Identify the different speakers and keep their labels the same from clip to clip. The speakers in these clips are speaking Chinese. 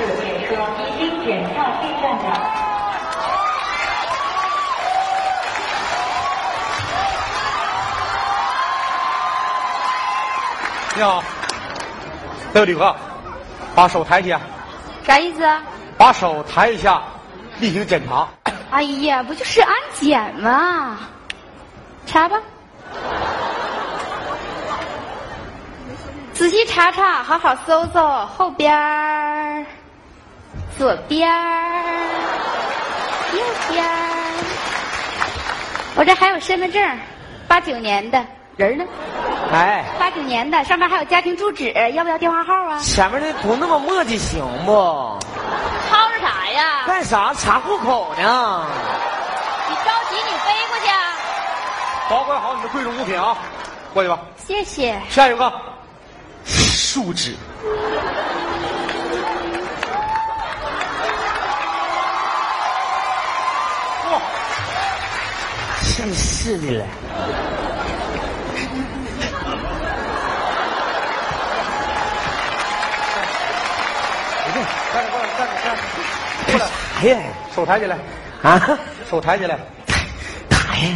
Speaker 1: 往宜宾检票费站了。
Speaker 2: 你好，这位旅客，把手抬起来，
Speaker 3: 啥意思？啊？
Speaker 2: 把手抬一下，例行检查。
Speaker 3: 哎呀，不就是安检吗？查吧，仔细查查，好好搜搜，后边儿，左边儿，右边儿。我这还有身份证儿，八九年的人儿呢？
Speaker 4: 哎，
Speaker 3: 八九年的，上面还有家庭住址，要不要电话号啊？
Speaker 4: 前面那不那么磨叽行不？
Speaker 3: 吵吵啥呀
Speaker 4: 干啥查户口呢？
Speaker 3: 你着急你飞过去啊！
Speaker 2: 保管好你的贵重物品啊，过去吧。
Speaker 3: 谢谢。
Speaker 2: 下一个，树脂。哇，
Speaker 4: 真是的了。
Speaker 2: 站着过来，站着站着，过
Speaker 4: 干
Speaker 2: 来，
Speaker 4: 啥哎呀？
Speaker 2: 手抬起来，
Speaker 4: 啊？
Speaker 2: 手抬起来，
Speaker 4: 啥呀？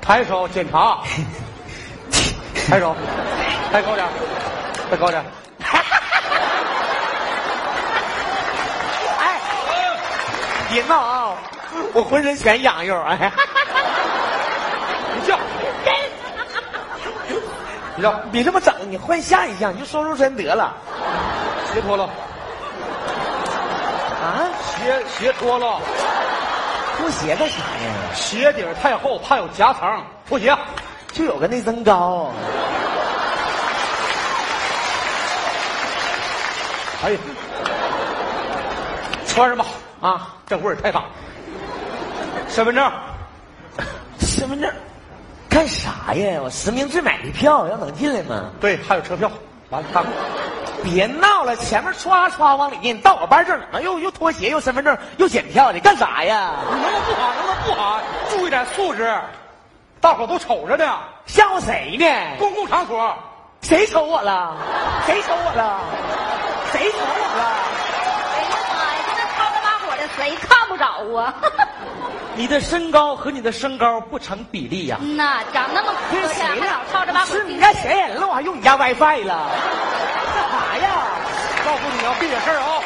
Speaker 2: 抬手检查，抬手，抬高点，再高点。
Speaker 4: 哎，
Speaker 2: 哎
Speaker 4: 别闹啊！我浑身全痒痒。哎，
Speaker 2: 你叫，你叫，
Speaker 4: 别这么整，你换下一项，你就收收身得了。
Speaker 2: 鞋脱了，
Speaker 4: 啊？
Speaker 2: 鞋鞋脱了，
Speaker 4: 脱鞋干啥呀？
Speaker 2: 鞋底儿太厚，怕有夹层，脱鞋。
Speaker 4: 就有个内增高。
Speaker 2: 哎呀，穿上吧，
Speaker 4: 啊，
Speaker 2: 这味儿太大。身份证，
Speaker 4: 身份证干啥呀？我实名制买的票，要能进来吗？
Speaker 2: 对，还有车票。完了，大哥，
Speaker 4: 别闹了，前面唰唰往里进，到我班这儿怎么又又脱鞋又身份证又检票的，干啥呀？
Speaker 2: 你能不能不喊？能不能不喊？注意点素质，大伙都瞅着呢。
Speaker 4: 吓唬谁呢？
Speaker 2: 公共场所，
Speaker 4: 谁瞅我了？谁瞅我了？谁瞅我了？
Speaker 3: 哎呀妈呀，这个吵着把火的谁看不着啊？
Speaker 4: 你的身高和你的身高不成比例呀、
Speaker 3: 嗯呐，长那么磕
Speaker 4: 这是
Speaker 3: 碜，
Speaker 4: 谁
Speaker 3: 还
Speaker 4: 呀
Speaker 3: 啊老吵着把火。
Speaker 4: 是你家显眼了，我还用你家 WiFi 了？干啥呀？
Speaker 2: 告诉你啊，别惹事儿啊，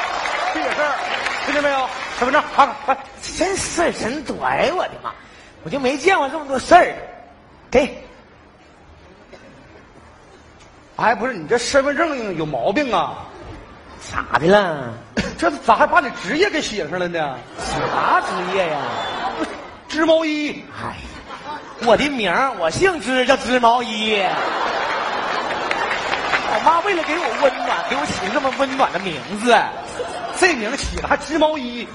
Speaker 2: 别惹事儿，听见没有？身份证，看看，快，
Speaker 4: 真事儿真多！哎，我的妈，我就没见过这么多事儿。给，
Speaker 2: 哎，不是你这身份证有毛病啊？
Speaker 4: 咋的了？
Speaker 2: 这咋还把你职业给写上了呢？
Speaker 4: 啥职业呀？
Speaker 2: 织毛衣，
Speaker 4: 哎呀，我的名儿我姓织，叫织毛衣。我妈为了给我温暖，给我起这么温暖的名字。
Speaker 2: 这名儿起的还织毛衣，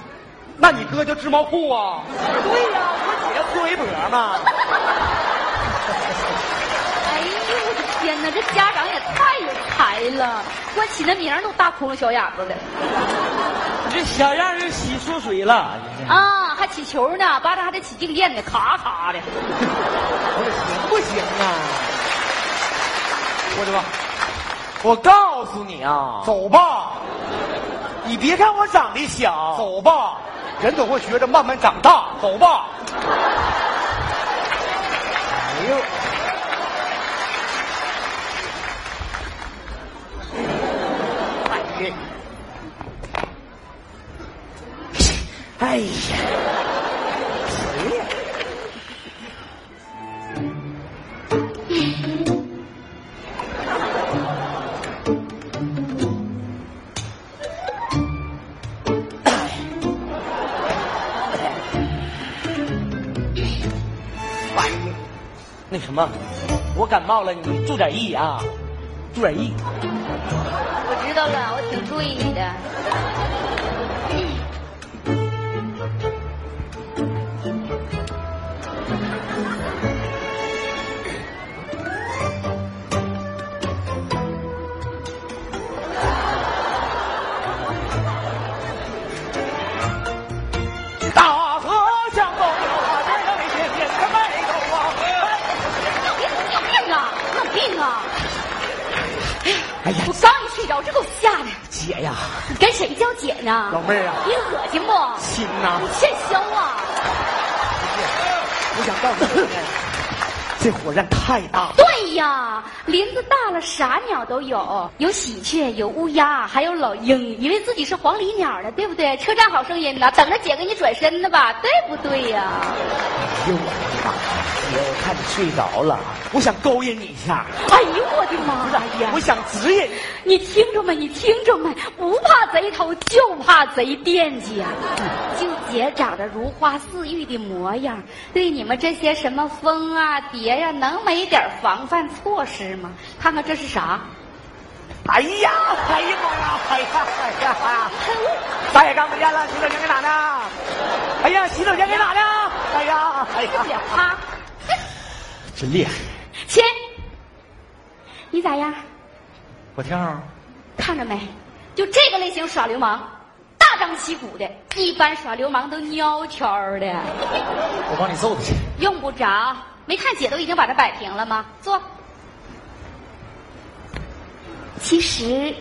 Speaker 2: 那你哥叫织毛裤啊？
Speaker 4: 对呀、我姐夫微博嘛。
Speaker 3: 哎呦我的天哪，这家长也太有才了，给我起那名儿都大窟窿小眼子的
Speaker 4: 这小样是洗缩水了。
Speaker 3: 啊，还起球呢，巴掌还得起静电呢，咔咔的。
Speaker 4: 我说行不行啊？
Speaker 2: 过去吧，
Speaker 4: 我告诉你啊，
Speaker 2: 走吧，
Speaker 4: 你别看我长得小，
Speaker 2: 走啊吧，人总会学着慢慢长大。走吧，
Speaker 4: 哎呦，哎呀，谁呀？那什么，我感冒了，你注点意啊，注点意。
Speaker 3: 我知道了，我挺注意你的。
Speaker 4: 大河向东流啊，这个没谢谢这个没走啊。
Speaker 3: 你有病！你有病啊！你有病啊！
Speaker 4: 哎呀，
Speaker 3: 我刚一睡着，这给我吓的。
Speaker 4: 姐呀，
Speaker 3: 跟谁叫姐呢？
Speaker 2: 老妹儿啊，
Speaker 3: 你恶心不？
Speaker 2: 亲呐、
Speaker 3: 你欠削啊！
Speaker 2: 我想告诉你，这火山太大了。
Speaker 3: 对呀，林子大了，啥鸟都有，有喜鹊，有乌鸦，还有老鹰。以为自己是黄鹂鸟呢，对不对？车站好声音呢，等着姐给你转身呢吧，对不对呀？
Speaker 4: 哎呦我的妈！姐，我看你睡着了，我想勾引你一下，
Speaker 3: 哎呦我的妈呀
Speaker 4: 我！想指引你。
Speaker 3: 你听着没？你听着没？不怕贼偷，就怕贼惦记啊！就姐长得如花似玉的模样，对你们这些什么风啊、蝶呀、能没点防范措施吗？看看这是啥？
Speaker 4: 哎呀，哎呀妈呀，哎呀哎呀！咱也干不见了，洗手间给哪呢？哎呀，洗手间给哪呢？哎呀，哎
Speaker 3: 这姐
Speaker 4: 呀，
Speaker 3: 啪，
Speaker 4: 真厉害！
Speaker 3: 亲，你咋样？
Speaker 4: 我听着，
Speaker 3: 看着没？就这个类型耍流氓，大张旗鼓的，一般耍流氓都蔫悄的。
Speaker 4: 我帮你揍他去。
Speaker 3: 用不着，没看姐都已经把它摆平了吗？坐。其实，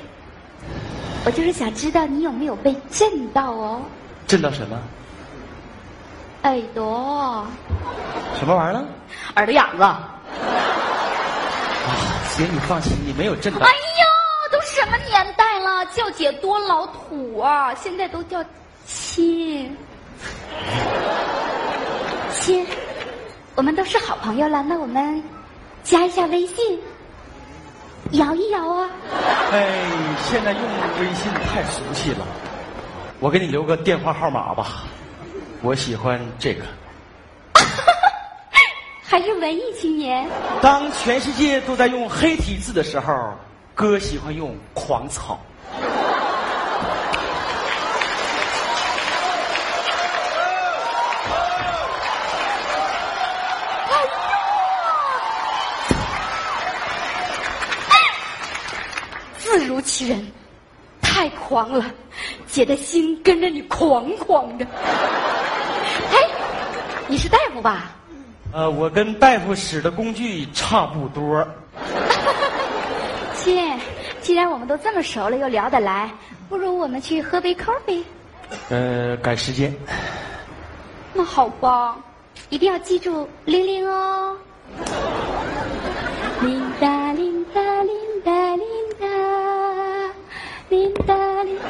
Speaker 3: 我就是想知道你有没有被震到哦，
Speaker 4: 震到什么？
Speaker 3: 耳朵，
Speaker 4: 什么玩意儿了？
Speaker 3: 耳朵眼子。
Speaker 4: 姐，你放心，你没有震
Speaker 3: 哎呀，都什么年代了，叫姐多老土啊！现在都叫亲，亲，我们都是好朋友了，那我们加一下微信，摇一摇啊。
Speaker 2: 哎，现在用微信太熟悉了，我给你留个电话号码吧。我喜欢这个。
Speaker 3: 还是文艺青年，
Speaker 2: 当全世界都在用黑体字的时候，哥喜欢用狂草。
Speaker 3: 字如其人，太狂了，姐的心跟着你狂狂的。 哎，你是大夫吧？
Speaker 2: 呃，我跟大夫使的工具差不多。
Speaker 3: 亲，既然我们都这么熟了，又聊得来，不如我们去喝杯 coffee。
Speaker 2: 呃，赶时间。
Speaker 3: 那好吧，一定要记住玲玲哦。铃哒铃哒铃哒铃哒，铃哒铃哒铃哒。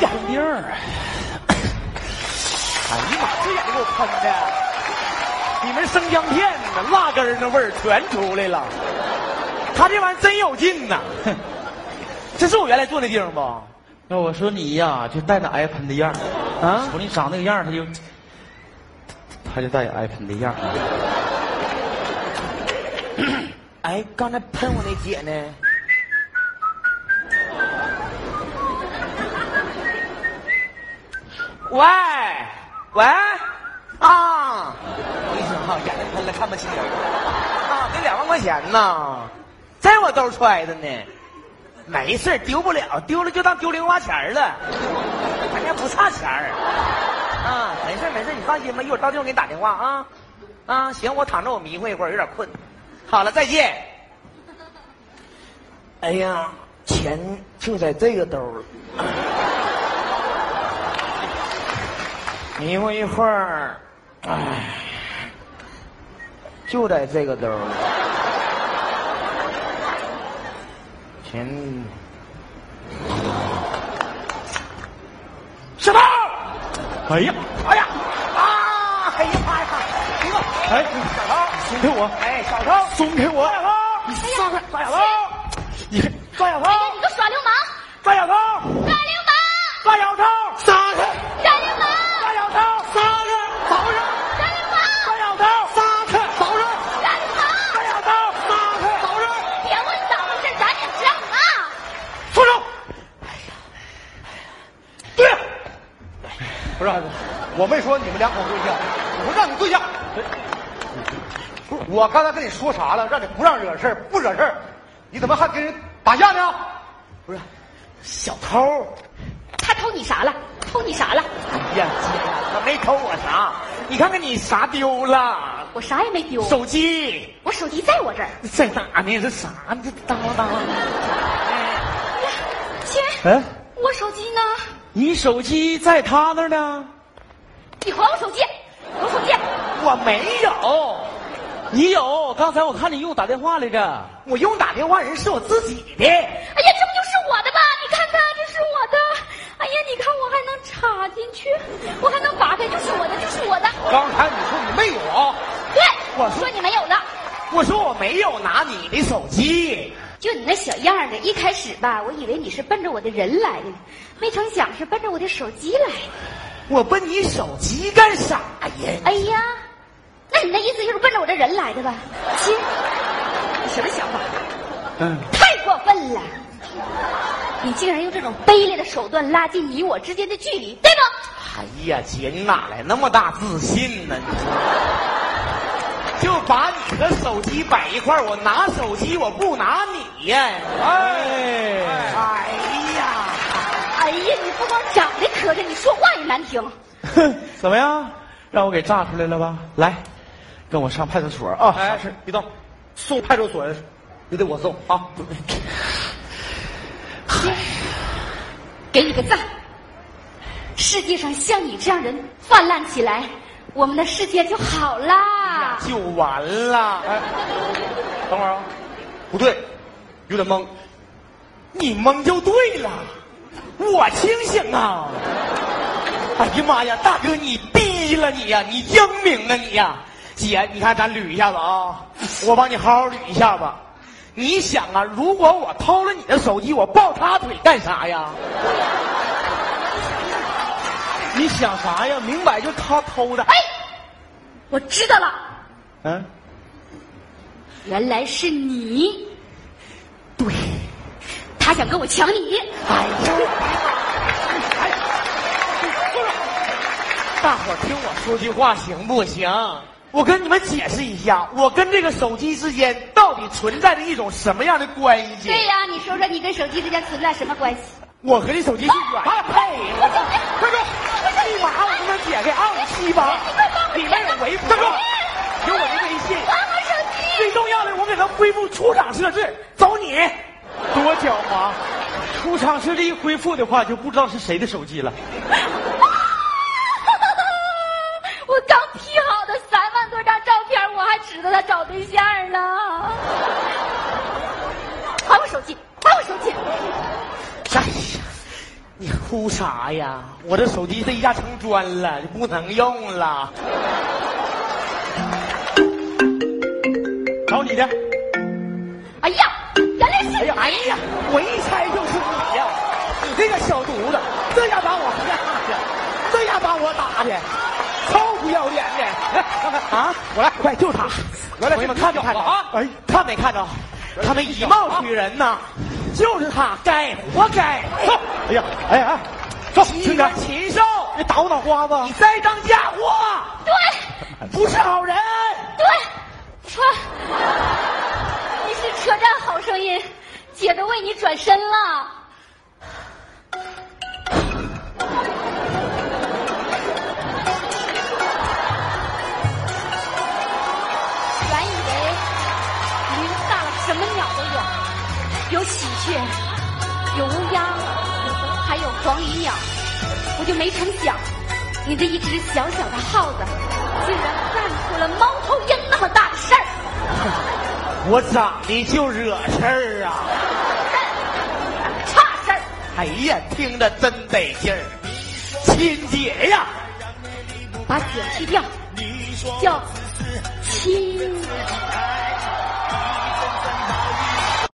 Speaker 4: 眼病儿。啊哎呀妈，这眼给我喷的！里面生姜片呢，辣根儿那味儿全出来了。他这玩意儿真有劲呐！ 哼这是我原来坐那地方不？
Speaker 2: 那我说你呀，就带那挨喷的样儿
Speaker 4: 啊
Speaker 2: 瞅你长那个样儿，他就他就带挨喷的样儿。
Speaker 4: 哎，刚才喷我那姐呢？喂喂啊！我一听哈，眼睛喷了，看不清人啊，那两万块钱呢，在我兜揣着呢。没事儿丢不了，丢了就当丢零花钱儿了，咱家不差钱儿。啊，没事儿没事儿，你放心吧，一会儿到地方给你打电话啊。啊，行，我躺着我迷糊一会儿，有点困。好了，再见。哎呀，钱就在这个兜了。迷糊一会儿，哎，就在这个兜了。钱，师傅，
Speaker 2: 哎呀，
Speaker 4: 哎呀，啊，哎呀妈呀，师傅。
Speaker 2: 哎，
Speaker 4: 小偷，
Speaker 2: 松开我！啊
Speaker 4: 哎，小偷，
Speaker 2: 松开我！
Speaker 4: 你放开，抓小偷，
Speaker 2: 啊你啊看
Speaker 4: 抓小偷，
Speaker 3: 你个耍流氓！
Speaker 4: 抓小偷，
Speaker 3: 耍流氓！
Speaker 4: 抓小偷，
Speaker 2: 杀他！
Speaker 3: 耍流氓！
Speaker 4: 抓小偷，
Speaker 2: 杀他！
Speaker 4: 早上，抓小偷，
Speaker 2: 杀他！早上！
Speaker 3: 耍流氓！
Speaker 4: 抓小偷，
Speaker 2: 杀他！早上！
Speaker 3: 别问咋回事，咱也知道啊。
Speaker 4: 住手！对，
Speaker 2: 不是，啊我没说你们两口对象，我让你对象。不是，我刚才跟你说啥了？让你不让惹事儿不惹事儿你怎么还跟人打架呢？
Speaker 4: 不是，小偷，
Speaker 3: 他偷你啥了？偷你啥了？
Speaker 4: 哎呀，姐，他没偷我啥，你看看你啥丢了？
Speaker 3: 我啥也没丢，
Speaker 4: 手机
Speaker 3: 我手机在我这儿。
Speaker 4: 在哪呢？这啥呢？这当啷当啷。哎
Speaker 3: 亲，
Speaker 4: 哎，
Speaker 3: 我手机呢？
Speaker 4: 你手机在他那儿呢？
Speaker 3: 你还我手机，我手机。哎
Speaker 4: 我没有，你有？刚才我看你用打电话来着，我用打电话人是我自己的。
Speaker 3: 哎呀，这不就是我的吗？你看看，这是我的。哎呀，你看我还能插进去，我还能拔开，就是我的，就是我的。
Speaker 2: 刚才你说你没有啊？
Speaker 3: 对，
Speaker 4: 我
Speaker 3: 说你没有了。
Speaker 4: 我说我没有拿你的手机，
Speaker 3: 就你那小样儿的，一开始吧，我以为你是奔着我的人来的，没成想是奔着我的手机来的。
Speaker 4: 我奔你手机干啥呀？
Speaker 3: 哎呀，那你那意思就是奔着我这人来的吧？亲，你什么想法？
Speaker 4: 嗯，
Speaker 3: 太过分了！你竟然用这种卑劣的手段拉近你我之间的距离，对吗？
Speaker 4: 哎呀，姐，你哪来那么大自信呢？ 你说就把你和手机摆一块儿我拿手机，我不拿你呀！哎哎呀！
Speaker 3: 哎呀，你不光长得磕碜，你说话也难听。
Speaker 5: 哼， 怎么样？让我给炸出来了吧？来，跟我上派出所啊！
Speaker 2: 哎，是别动，送派出所也得我送啊。
Speaker 3: 给你个赞！世界上像你这样人泛滥起来，我们的世界就好啦。
Speaker 4: 就完了。哎，
Speaker 2: 等会儿啊，不对，有点懵。
Speaker 4: 你蒙就对了，我清醒啊！哎呀妈呀，大哥你逼了你呀、你英明啊你呀、姐，你看咱捋一下子啊，我帮你好好捋一下吧。你想啊，如果我偷了你的手机，我抱他腿干啥呀？
Speaker 5: 你想啥呀？明摆就他偷的。
Speaker 3: 哎，我知道了，
Speaker 5: 嗯，
Speaker 3: 原来是你。对，他想跟我抢你。
Speaker 4: 哎呀，哎呀，不是大伙儿听我说句话行不行？我跟你们解释一下，我跟这个手机之间到底存在着一种什么样的关系？
Speaker 3: 对呀、你说说你跟手机之间存在什么关系？
Speaker 4: 我和这手机是远配。
Speaker 3: 我就哎别
Speaker 4: 快说，立马我给他解开二五七八，里面有围脖，有我的微信，
Speaker 3: 还我手机。
Speaker 4: 最重要的我给他恢复出厂设置，走你。
Speaker 5: 多狡猾！出厂设置一恢复的话，就不知道是谁的手机了。
Speaker 3: 我刚 P 好的三万多张照片，我还指着他找对象呢。还我手机，还我手机！
Speaker 4: 哎呀，你哭啥呀？我这手机这一下成砖了，就不能用了。
Speaker 5: 找你的，
Speaker 3: 哎呀，原来是
Speaker 4: 哎呀，哎呀，我一猜就是你呀！你这个小犊子，这下把我吓的，这下把我打的，臭不要脸 的！啊，我来，快救他！
Speaker 2: 原来
Speaker 4: 朋
Speaker 2: 是
Speaker 4: 友们
Speaker 2: 你
Speaker 4: 看没
Speaker 2: 小子
Speaker 4: 看着
Speaker 2: 啊
Speaker 4: 哎，看没看着？他们以貌取人呐，就是他，该活该！
Speaker 2: 走，哎呀，哎呀，哎，走，
Speaker 4: 欺
Speaker 2: 轻点
Speaker 4: 软，禽兽！
Speaker 2: 别打我脑瓜
Speaker 4: 你
Speaker 2: 子。
Speaker 4: 栽赃嫁祸，
Speaker 3: 对
Speaker 4: 不是好人。
Speaker 3: 对，说你是车站好声音，姐都为你转身了。原以为林子大了什么鸟都有，有喜鹊，有乌鸦，还有黄鹂鸟，我就没成想，你这一只小小的耗子，竟然干出了猫头鹰那么大的事儿。
Speaker 4: 我长得就惹事儿啊！
Speaker 3: 差事儿，
Speaker 4: 哎呀，听着真得劲儿，亲姐呀！
Speaker 3: 把姐去掉，叫